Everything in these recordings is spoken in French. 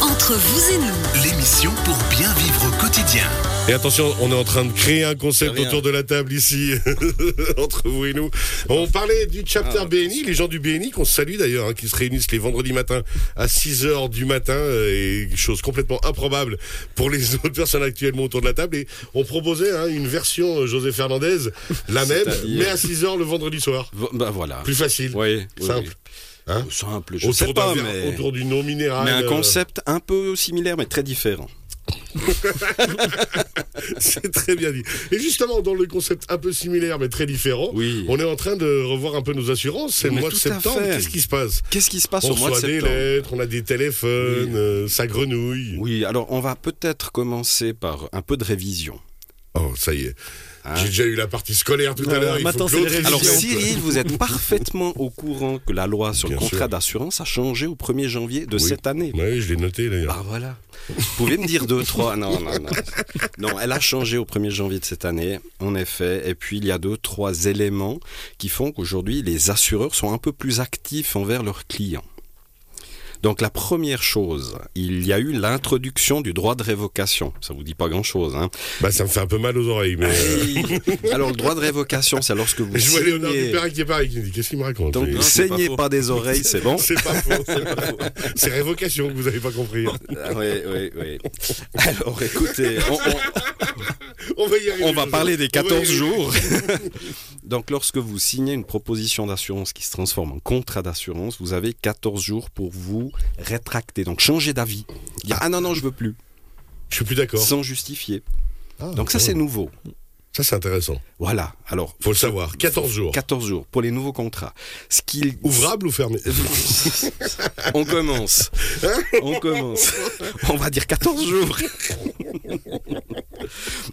Entre vous et nous. L'émission pour bien vivre au quotidien. Et attention, on est en train de créer un concept Rien. autour de la table ici, entre vous et nous. On parlait du chapter Ah. BNI, les gens du BNI qu'on salue d'ailleurs, hein, qui se réunissent les vendredis matins à 6h du matin, euh, et chose complètement improbable pour les autres personnes actuellement autour de la table. Et on proposait hein, une version euh, José Fernandez, la même, C'est-à-dire mais à 6h le vendredi soir. Vo- Bah voilà. Plus facile, Oui, oui, simple. oui. Hein Simple, je autour sais d'un pas, verre- mais, autour d'une eau minérale. mais un euh, concept un peu similaire, mais très différent. C'est très bien dit. Et justement, dans le concept un peu similaire mais très différent, Oui. on est en train de revoir un peu nos assurances. C'est le Mais mois de tout à septembre. fait. Qu'est-ce qui se passe Qu'est-ce qui se passe On au mois de reçoit des septembre lettres, on a des téléphones, Oui. euh, ça grenouille. Oui, alors on va peut-être commencer par un peu de révision. Oh, ça y est. Hein Euh, J'ai déjà eu la partie scolaire tout à Non, l'heure. il faut maintenant, que c'est les l'autre- révisions. Alors Alors, si- Cyril, vous êtes parfaitement au courant que la loi sur Bien le sûr. contrat d'assurance a changé au 1er janvier de Oui. cette année. Ouais, je l'ai noté d'ailleurs. Ah voilà. Vous pouvez me dire deux, trois Non, non, non. Non, elle a changé au 1er janvier de cette année, en effet. Et puis, il y a deux, trois éléments qui font qu'aujourd'hui, les assureurs sont un peu plus actifs envers leurs clients. Donc, la première chose, il y a eu l'introduction du droit de révocation. Ça vous dit pas grand-chose, hein Bah, ça me fait un peu mal aux oreilles, mais. euh, Alors, le droit de révocation, c'est lorsque vous Je vois Léonard signez... Dupéry qui est pareil, qui me dit Qu'est-ce qu'il me raconte Ah, Donc, lui saignez c'est pas pas, faux. des oreilles, c'est bon C'est pas faux. c'est pas faux. C'est révocation que vous n'avez pas compris. Oui, oui, oui. Alors, écoutez, on- on, On va y arriver. On va José. parler des On va y 14 arriver. jours. Donc lorsque vous signez une proposition d'assurance qui se transforme en contrat d'assurance, vous avez 14 jours pour vous rétracter, donc changer d'avis. Dire, ah non, non, je veux plus, Je suis plus d'accord. sans justifier. Ah, Donc ça, ouais. c'est nouveau. Ça, c'est intéressant. Voilà, alors... Faut le savoir. 14 jours. 14 jours pour les nouveaux contrats. Ce qu'il... Ouvrable ou fermé On commence. On commence. On va dire 14 jours.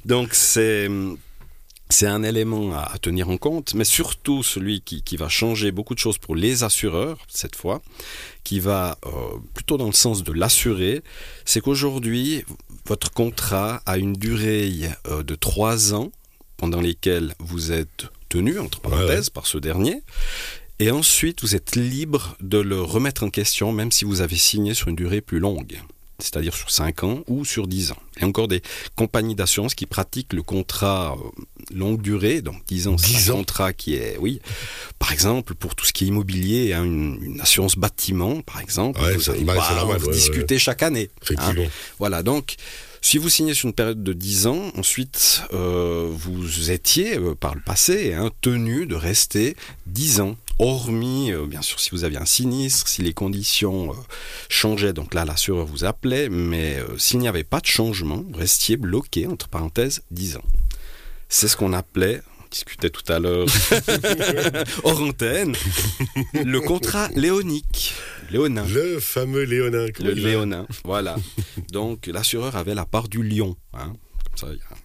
Donc c'est... C'est un élément à à tenir en compte, mais surtout celui qui, qui va changer beaucoup de choses pour les assureurs, cette fois, qui va euh, plutôt dans le sens de l'assurer, c'est qu'aujourd'hui, votre contrat a une durée euh, de trois ans pendant lesquels vous êtes tenu, entre Ouais, parenthèses, par ce dernier, et ensuite vous êtes libre de le remettre en question, même si vous avez signé sur une durée plus longue, c'est-à-dire sur 5 ans ou sur 10 ans. Il y a encore des compagnies d'assurance qui pratiquent le contrat euh, longue durée, donc 10 ans, c'est 10 un ans. contrat qui est, oui, par exemple, pour tout ce qui est immobilier, hein, une, une assurance bâtiment, par exemple, Ouais, vous ça- allez bah, pas c'est normal, en ouais, discuter chaque année. hein. Effectivement. Voilà, donc si vous signez sur une période de 10 ans, ensuite euh, vous étiez euh, par le passé hein, tenu de rester 10 ans. Hormis, euh, bien sûr, si vous aviez un sinistre, si les conditions euh, changeaient, donc là, l'assureur vous appelait, mais euh, s'il n'y avait pas de changement, vous restiez bloqué, entre parenthèses, 10 ans. C'est ce qu'on appelait, on discutait tout à l'heure, hors antenne, le contrat léonique. Léonin. Le fameux Léonin. ah. Le comment il va Léonin, voilà. Donc l'assureur avait la part du lion. hein. Comme ça, il y a-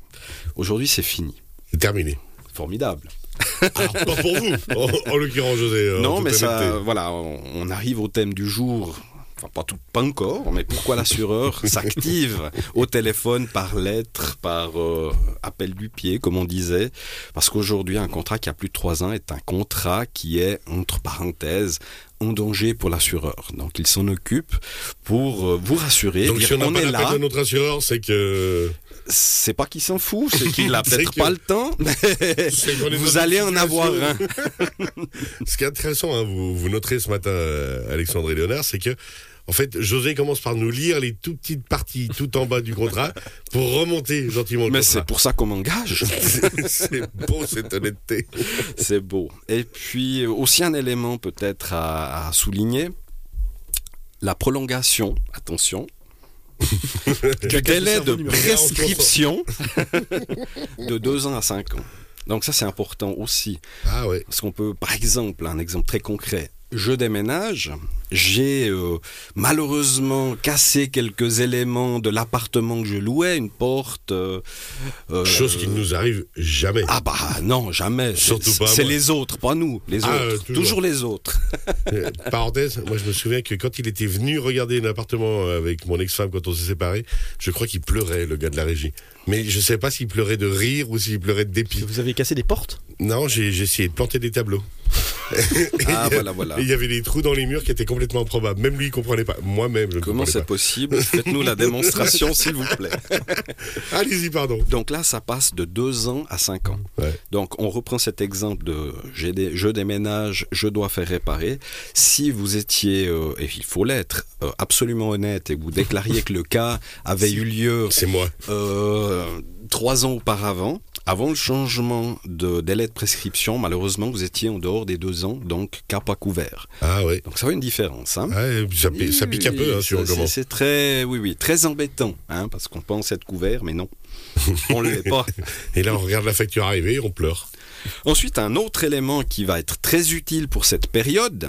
Aujourd'hui, c'est fini. C'est terminé. Formidable. Alors, pas pour vous, en, en l'occurrence, José. euh, en non, toute mais ça, honnêteté. voilà, on, on arrive au thème du jour. Enfin, pas, tout, pas encore, mais pourquoi l'assureur s'active au téléphone, par lettre, par euh, appel du pied, comme on disait Parce qu'aujourd'hui, un contrat qui a plus de 3 ans est un contrat qui est, entre parenthèses, en danger pour l'assureur. Donc, il s'en occupe pour euh, vous rassurer. Donc, dire, si on n'a pas est l'appel là. de notre assureur, c'est que. c'est pas qu'il s'en fout, c'est qu'il a C'est peut-être que- pas le temps. mais c'est qu'on est dans Eh, vous une allez en avoir situation- un. Ce qui est intéressant, hein, vous, vous noterez ce matin, euh, Alexandre et Léonard, c'est que. En fait, José commence par nous lire les toutes petites parties tout en bas du contrat pour remonter gentiment le Mais c'est contrat. pour ça qu'on m'engage. C'est c'est beau cette honnêteté. C'est beau. Et puis euh, aussi un élément peut-être à, à souligner, la prolongation, attention, du délai de numéro. prescription de 2 ans à 5 ans. Donc ça c'est important aussi. Ah ouais. Parce qu'on peut, par exemple, un exemple très concret. Je déménage, j'ai euh, malheureusement cassé quelques éléments de l'appartement que je louais, une porte. euh, euh, Chose qui ne nous arrive jamais. Ah bah non, jamais. C'est- Surtout pas, C'est moi. les autres, pas nous, les Ah, autres. euh, toujours. toujours. les autres. Euh, Parenthèse, moi je me souviens que quand il était venu regarder un appartement euh, avec mon ex-femme quand on s'est séparés, je crois qu'il pleurait, le gars de la régie. Mais je sais pas s'il pleurait de rire ou s'il pleurait de dépit. Vous avez cassé des portes Non, j'ai j'ai essayé de planter des tableaux. Et Ah, il y a- voilà, voilà. et Il y avait des trous dans les murs qui étaient complètement improbables. Même lui, il comprenait pas. Moi-même, je ne Comment comprenais c'est possible Faites-nous la démonstration, s'il vous plaît. pas. Allez-y, pardon. Donc là, ça passe de 2 ans à 5 ans. Ouais. Donc on reprend cet exemple de j'ai des- je déménage, je dois faire réparer. Si vous étiez, euh, et il faut l'être, euh, absolument honnête et que vous déclariez que le cas avait eu lieu C'est moi. euh, trois ans auparavant, avant le changement de délai de prescription, malheureusement, vous étiez en dehors des deux ans, donc cas pas couvert. Ah ouais. Donc ça fait une différence. hein. Ouais, ça, pi- ça Oui, pique un oui, peu hein, si ça, on c'est- commence. C'est très, oui, oui, très embêtant, hein, parce qu'on pense être couvert, mais non, on ne l'est pas. Et là, on regarde la facture arriver, on pleure. Ensuite, un autre élément qui va être très utile pour cette période,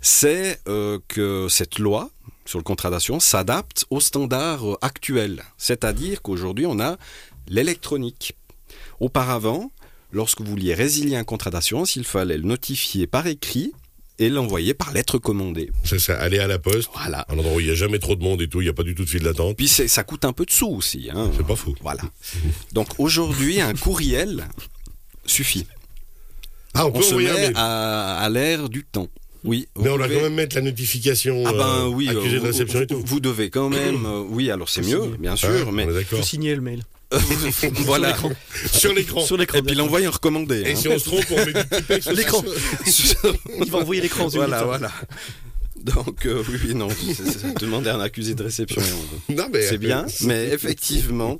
c'est euh, que cette loi sur le contrat d'assurance s'adapte aux standards euh, actuels. C'est-à-dire qu'aujourd'hui, on a l'électronique. Auparavant, lorsque vous vouliez résilier un contrat d'assurance, il fallait le notifier par écrit et l'envoyer par lettre commandée. C'est ça, aller à la poste, Voilà. un endroit où il n'y a jamais trop de monde et tout, il n'y a pas du tout de file d'attente. Puis c'est- ça coûte un peu de sous aussi. hein. C'est pas fou. Voilà. Donc aujourd'hui, un courriel suffit. Ah, on On peut se envoyer un met mail. à, à l'ère du temps. Oui. Mais vous on va pouvez- quand même mettre la notification Ah ben euh, oui, euh, accusé de vous- réception vous, et tout. vous devez quand même. euh, oui, alors c'est Vous mieux, signez. bien Ah ouais, sûr, mais on est Faut d'accord. signer le mail. voilà. Sur l'écran. Sur l'écran. Et puis l'envoyer en recommandé. Et hein. si on se trompe, on met du petit texte. L'écran. Sur- Il va envoyer l'écran. c'est voilà, une voilà. Donc euh, oui, oui, non, c'est- c'est- demander à un accusé de réception, euh, Non, mais. euh, c'est bien, mais effectivement,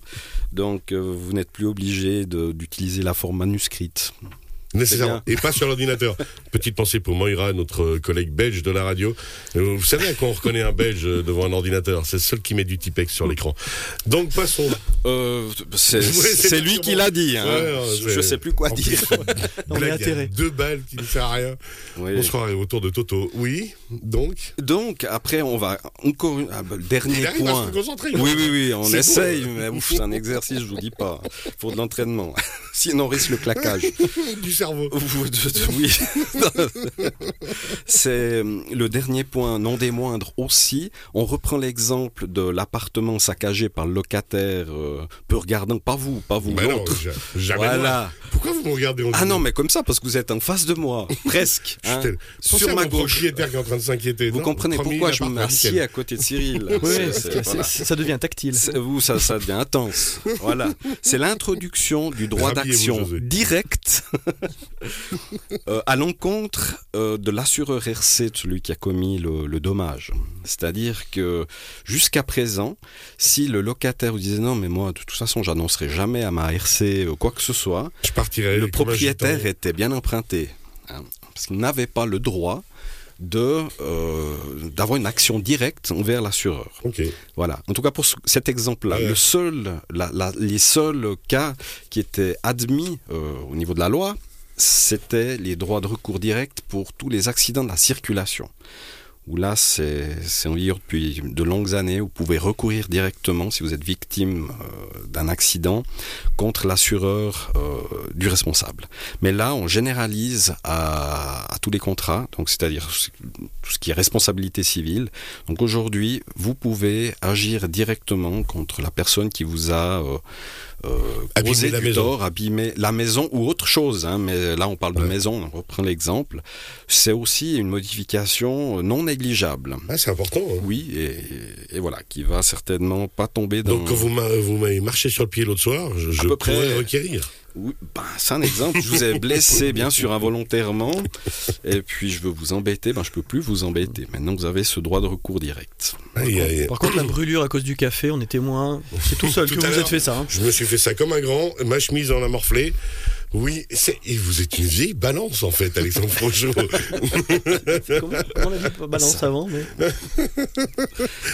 donc euh, vous n'êtes plus obligé de- d'utiliser la forme manuscrite. Nécessairement. C'est Et pas sur l'ordinateur. Petite pensée pour Moira, notre collègue belge de la radio. Euh, Vous savez à quoi on reconnaît un belge euh, devant un ordinateur C'est le seul qui met du typex sur l'écran. Donc passons. Euh, c'est Ouais, c'est c'est pas lui sûrement- qui l'a dit. hein. Ouais, ouais, Je c'est- sais plus quoi En dire. plus, On est blague à atterré. Deux balles qui ne sert à rien. Oui. On se croirait autour de Toto. Oui, donc. Donc après, on va encore une- ah, bah, le dernier Il arrive à point. se concentrer. Oui, oui, oui, on C'est beau. essaye, mais ouf, c'est un exercice, je vous dis pas. Faut de l'entraînement. Sinon, on risque le claquage. Du cerveau. Vous- de- de- oui. c'est euh, le dernier point, non des moindres aussi. On reprend l'exemple de l'appartement saccagé par le locataire euh, peu regardant, pas vous, pas vous, Bah non, l'autre. ja- jamais moi. Voilà. Pourquoi vous me regardez en Ah non, mais comme ça, parce que vous êtes en face de moi, presque. Je hein. suis tel- Pensez à Sur ma mon gauche. propriétaire qui est en train de s'inquiéter. Vous Non, comprenez premier, pourquoi il je appart, m'assieds nickel. à côté de Cyril. Ouais, C'est- c'est- c'est- c'est- voilà. Ça devient tactile. C'est- Vous, ça, ça devient intense. Voilà. C'est l'introduction du droit Rhabillez-vous, d'action José. direct euh, à l'encontre euh, de l'assureur RC, de celui qui a commis le, le dommage. C'est-à-dire que jusqu'à présent, si le locataire vous disait non, mais moi, de toute façon, j'annoncerai jamais à ma RC euh, quoi que ce soit, Je partirai. le comme un propriétaire gitan. était bien emprunté. hein, parce qu'il n'avait pas le droit de, euh, d'avoir une action directe envers l'assureur. Ok. Voilà. En tout cas, pour ce- cet exemple-là, Ah ouais. le seul, la- la- les seuls cas qui étaient admis euh, au niveau de la loi, c'était les droits de recours direct pour tous les accidents de la circulation. Où là, c'est c'est en vigueur depuis de longues années. Vous pouvez recourir directement si vous êtes victime euh, d'un accident contre l'assureur euh, du responsable. Mais là, on généralise à, à tous les contrats, donc c'est-à-dire tout ce qui est responsabilité civile. Donc aujourd'hui, vous pouvez agir directement contre la personne qui vous a euh, euh, Abîmé causé la du maison. tort, abîmé la maison ou autre chose. hein, mais là, on parle de Ouais. maison, on reprend l'exemple. C'est aussi une modification euh, non négligeable. Ah, c'est important. hein. Oui, et, et voilà, qui va certainement pas tomber dans... Donc quand vous m'a- vous m'avez marché sur le pied l'autre soir, je, je peu pourrais près. requérir. Oui, ben, c'est un exemple. Je vous ai blessé, bien sûr, involontairement. Et puis, je veux vous embêter. Ben, je peux plus vous embêter. Maintenant, vous avez ce droit de recours direct. Aïe, aïe, aïe. Par contre, la brûlure à cause du café, on est témoin. C'est tout seul Tout que à vous vous l'heure. êtes fait ça. hein. Je me suis fait ça comme un grand, ma chemise en a morflé. Oui, c'est- et vous êtes une vieille balance en fait, Alexandre Frochot. Comment on l'a dit pas balance avant mais...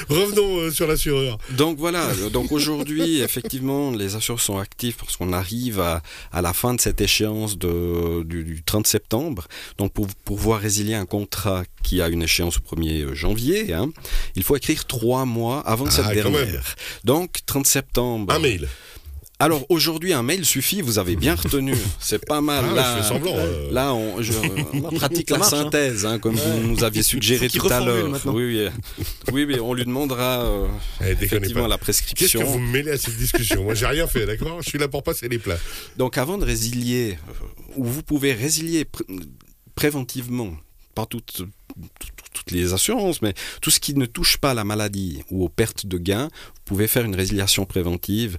Revenons euh, sur l'assureur. Donc, voilà. Donc, aujourd'hui, effectivement, les assureurs sont actifs parce qu'on arrive à, à la fin de cette échéance de, du, du 30 septembre. Donc, pour pour pouvoir résilier un contrat qui a une échéance au 1er janvier, hein, il faut écrire trois mois avant cette Ah, quand même. Ah, dernière. Donc, 30 septembre. Un mail. Alors aujourd'hui, un mail suffit, vous avez bien retenu. C'est pas mal. Ah, là, je fais semblant, euh. là, on, je- on pratique Ça la marche, hein. synthèse, hein, comme vous nous aviez suggéré qu'il tout à reformule l'heure. maintenant. Oui, oui. oui, mais on lui demandera euh, Eh, déconnez effectivement pas. la Qu'est-ce que vous prescription. me mêlez à cette discussion Moi, j'ai rien fait, d'accord Je suis là pour passer les plats. Donc avant de résilier, euh, où vous pouvez résilier pr- préventivement, pas toutes, toutes les assurances, mais tout ce qui ne touche pas à la maladie ou aux pertes de gains, vous pouvez faire une résiliation préventive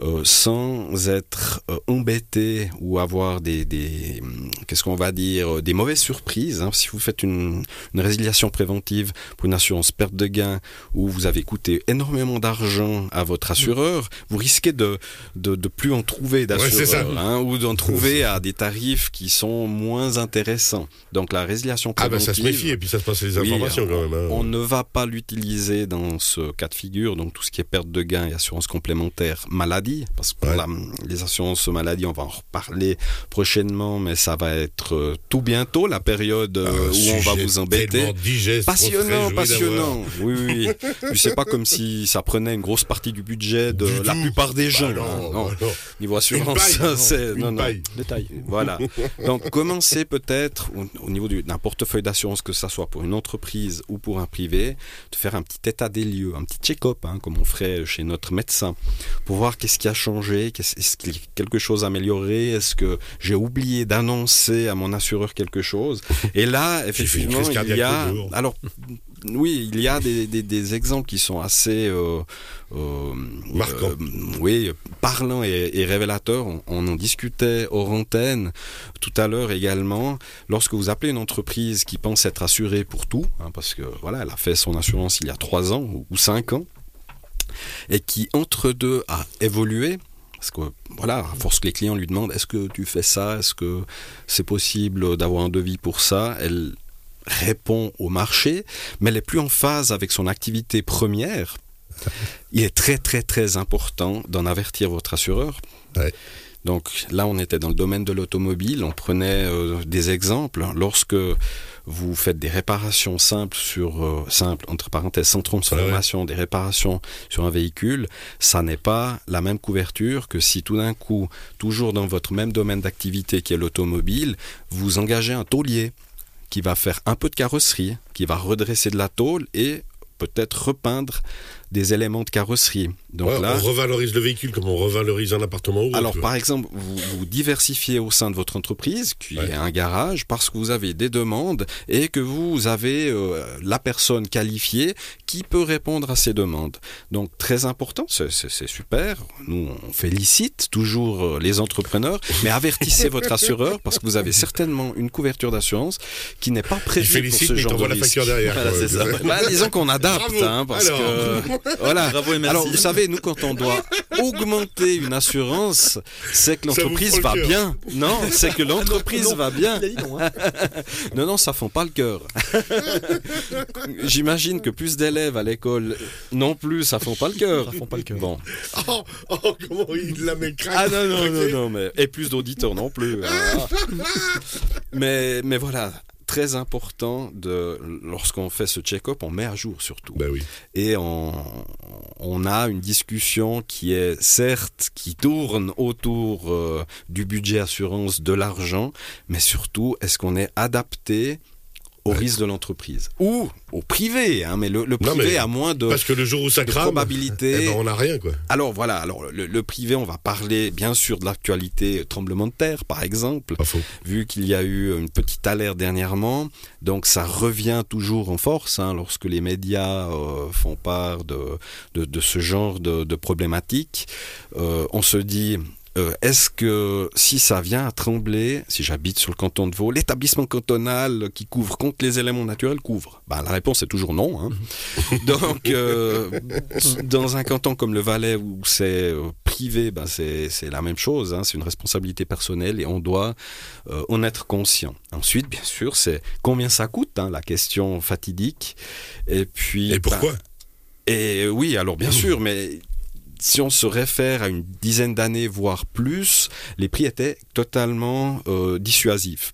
euh, sans être euh, embêté ou avoir des, des hum, qu'est-ce qu'on va dire, euh, des mauvaises surprises. hein. Si vous faites une, une résiliation préventive pour une assurance perte de gains où vous avez coûté énormément d'argent à votre assureur, vous risquez de de, de plus en trouver Ouais, c'est ça. d'assureurs hein, ou d'en trouver à des tarifs qui sont moins intéressants. Donc la résiliation Ah, bah préventive. ça se méfie, et puis ça se passe les Oui, informations on- quand même. hein. On ne va pas l'utiliser dans ce cas de figure, donc tout ce qui est perte de gain et assurance complémentaire maladie, parce que pour Ouais. la- les assurances maladie, on va en reparler prochainement, mais ça va être euh, tout bientôt la période Un euh, où on Ah, va sujet vous embêter. tellement digeste qu'on se Passionnant, réjouit d'avoir. passionnant. Oui, oui. oui. Puis c'est pas comme si ça prenait une grosse partie du budget de Du la tout. plupart des gens. Bah non, hein, non. bah non. Niveau Une assurance, paille, non, c'est une non, non. paille. Détail. Voilà. Donc, commencez peut-être au, au niveau du- d'un portefeuille d'assurance, que ça soit pour une entreprise ou pour un privé, de faire un petit état des lieux, un petit check-up, hein, comme on ferait chez notre médecin, pour voir qu'est-ce qui a changé, qu'est-ce- est-ce qu'il y a quelque chose à améliorer, est-ce que j'ai oublié d'annoncer à mon assureur quelque chose. Et là, fait une crise effectivement, il cardiaque y a. l'autre jour. Alors, oui, il y a des, des- des exemples qui sont assez. euh, euh, Marquant. euh, oui, parlant et, et révélateur. On, on en discutait hors antenne tout à l'heure également. Lorsque vous appelez une entreprise qui pense être assurée pour tout, hein, parce que voilà, elle a fait son assurance il y a trois ans ou- ou cinq ans, et qui entre deux a évolué. Parce que voilà, à force que les clients lui demandent est-ce que tu fais ça, est-ce que c'est possible d'avoir un devis pour ça, elle répond au marché, mais elle est plus en phase avec son activité première il est très très très important d'en avertir votre assureur. Ouais. Donc là, on était dans le domaine de l'automobile, on prenait euh, des exemples. Lorsque vous faites des réparations simples sur, euh, simples, entre parenthèses, sans transformation, des réparations sur un véhicule, ça n'est pas la même couverture que si tout d'un coup, toujours dans votre même domaine d'activité qui est l'automobile, vous engagez un taulier qui va faire un peu de carrosserie, qui va redresser de la tôle et peut-être repeindre des éléments de carrosserie. Donc Ouais, là, On revalorise le véhicule comme on revalorise un appartement ou autre. alors par exemple, vous, vous diversifiez au sein de votre entreprise, qui Ouais. est un garage, parce que vous avez des demandes et que vous avez euh, la personne qualifiée qui peut répondre à ces demandes. Donc très important, c'est- c'est c'est super. Nous, on félicite toujours euh, les entrepreneurs, mais avertissez votre assureur parce que vous avez certainement une couverture d'assurance qui n'est pas il prévue pour félicite, ce mais il genre de t'envoie la risque. facture derrière. Voilà, quoi. c'est ça. Bah, disons qu'on adapte, Bravo. hein, parce Alors. que voilà. Bravo et merci. Alors vous savez, nous quand on doit augmenter une assurance, c'est que Ça vous l'entreprise prend le cœur. va bien. Non, c'est que l'entreprise non. va bien. Ah Il a dit non, hein. Non, non, ça fend pas le cœur. J'imagine que plus d'élèves à l'école, non plus, ça fend pas le cœur. Ça fend pas le cœur. Bon. Oh, oh, comment il la met craque. Ah non, non, non, Ok. non, mais... Et plus d'auditeurs non plus. hein. mais, mais voilà, très important, de lorsqu'on fait ce check-up, on met à jour surtout. Bah oui. et on, on a une discussion qui est certes qui tourne autour euh, du budget assurance, de l'argent, mais surtout est-ce qu'on est adapté au risque de l'entreprise ou au privé, hein, mais le, le Non, privé mais a moins de, Parce que le jour où ça euh, de crame, eh probabilité. ben, on n'a rien quoi. Alors voilà, alors le, le privé, on va parler bien sûr de l'actualité euh, tremblement de terre, par exemple Pas faux. vu qu'il y a eu une petite alerte dernièrement. Donc ça revient toujours en force hein, lorsque les médias euh, font part de, de, de ce genre de, de problématiques. Euh, on se dit... euh, Est-ce que si ça vient à trembler, si j'habite sur le canton de Vaud, l'établissement cantonal qui couvre contre les éléments naturels couvre Bah, La réponse est toujours non. hein. Donc, euh, dans un canton comme le Valais où c'est euh, privé, ben c'est c'est la même chose. hein. c'est une responsabilité personnelle et on doit euh, en être conscient. Ensuite, bien sûr, c'est combien ça coûte, hein, la question fatidique. Et puis. Et pourquoi ben, Et euh, oui, alors bien sûr, mais. Si on se réfère à une dizaine d'années, voire plus, les prix étaient totalement euh, dissuasifs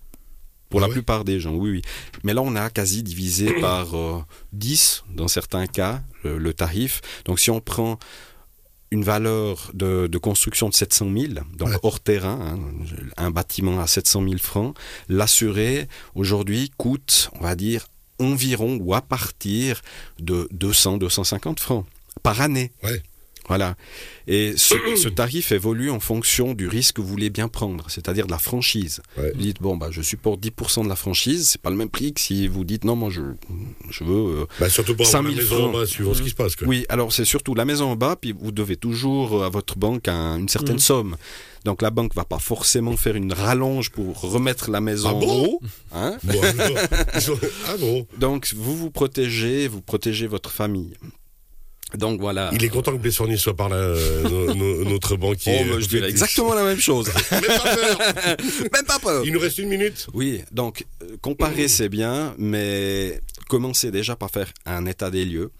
pour Ah la ouais plupart des gens, oui, oui. Mais là, on a quasi divisé par euh, 10, dans certains cas, le, le tarif. Donc, si on prend une valeur de, de construction de 700 000, donc Ouais. hors terrain, hein, un bâtiment à 700 000 francs, l'assuré, aujourd'hui, coûte, on va dire, environ ou à partir de 200-250 francs par année. Ouais. Voilà. Et ce, ce tarif évolue en fonction du risque que vous voulez bien prendre, c'est-à-dire de la franchise. Ouais. Vous dites, bon, bah, je supporte 10% de la franchise, c'est pas le même prix que si vous dites, non, moi, je, je veux. euh, Bah, surtout pour avoir 5 la 000 maison en francs. bas, suivant ce qui se passe. Quoi. Oui, alors c'est surtout la maison en bas, puis vous devez toujours euh, à votre banque un- une certaine Mhm. somme. Donc la banque va pas forcément faire une rallonge pour remettre la maison Ah en bon haut. hein. Bon, alors, ils ont- ah bon Donc vous vous protégez, vous protégez votre famille. Donc voilà. Il est content que Bessornier soit par là, euh, no- no- notre Oh, banquier. bah, je dirais exactement la même chose. Même pas peur. Même pas peur. Il nous reste une minute. Oui, donc euh, comparer c'est bien, mais commencez déjà par faire un état des lieux.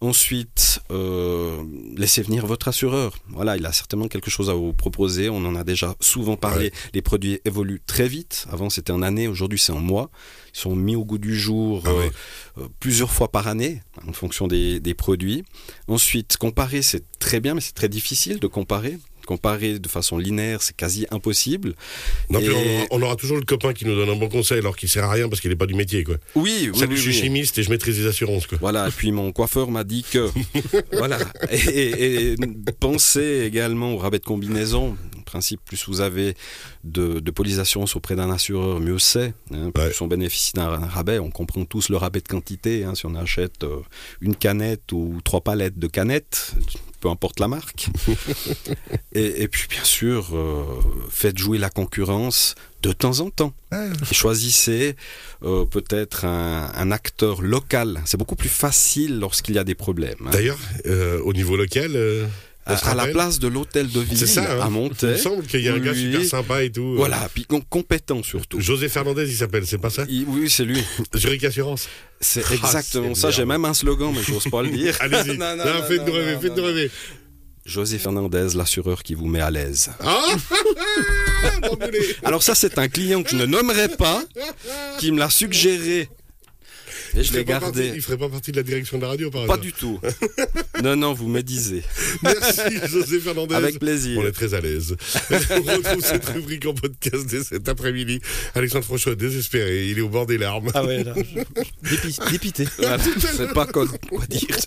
Ensuite, euh, laissez venir votre assureur. Voilà, il a certainement quelque chose à vous proposer. On en a déjà souvent parlé. Les produits évoluent très vite. Avant, c'était en année. Aujourd'hui, c'est en mois. Ils sont mis au goût du jour Ah euh, ouais. euh, plusieurs fois par année, en fonction des, des produits. Ensuite, comparer, c'est très bien, mais c'est très difficile de comparer. Comparer de façon linéaire, c'est quasi impossible. Non, puis Et- on, aura, on aura toujours le copain qui nous donne un bon conseil alors qu'il sert à rien parce qu'il n'est pas du métier. Quoi. Oui, oui, Salut, oui, je suis oui. chimiste et je maîtrise les assurances. Quoi. Voilà, et puis mon coiffeur m'a dit que. voilà. Et, et- et pensez également au rabais de combinaison. En principe, plus vous avez de, de polices d'assurance auprès d'un assureur, mieux c'est. hein. plus Ouais. on bénéficie d'un rabais. On comprend tous le rabais de quantité. hein. si on achète euh, une canette ou trois palettes de canettes, peu importe la marque. et, et puis, bien sûr, euh, faites jouer la concurrence de temps en temps. Choisissez euh, peut-être un, un acteur local. C'est beaucoup plus facile lorsqu'il y a des problèmes. hein. D'ailleurs, euh, au niveau local, euh, on À, se à la rappelle place de l'hôtel de ville C'est ça, hein. à il me Montaigne. semble qu'il y a un Oui, gars oui. super sympa et tout. euh, Voilà, puis com- compétent surtout. José Fernandez, il s'appelle, c'est pas ça Il- oui, c'est lui. Zurich Assurance. C'est Ah, exactement c'est ça. merde. J'ai même un slogan, mais j'ose pas le dire. Allez-y. Non, non, Non, non, Faites-nous non, rêver, non, faites-nous non. rêver. José Fernandez, l'assureur qui vous met à l'aise. Ah Bon boulet. Alors ça, c'est un client que je ne nommerai pas, qui me l'a suggéré. Et Il je ferait l'ai pas partie- gardé. il ferait pas partie de la direction de la radio, par Pas hasard. du tout. Non, non, vous me disiez. Merci, José Fernandez. Avec On plaisir. est très à l'aise. on retrouve cette rubrique en podcast dès cet après-midi. Alexandre Franchot est désespéré, il est au bord des larmes. Ah ouais, là, je- dépi- dépité. Voilà, Je sais pas quoi, quoi dire.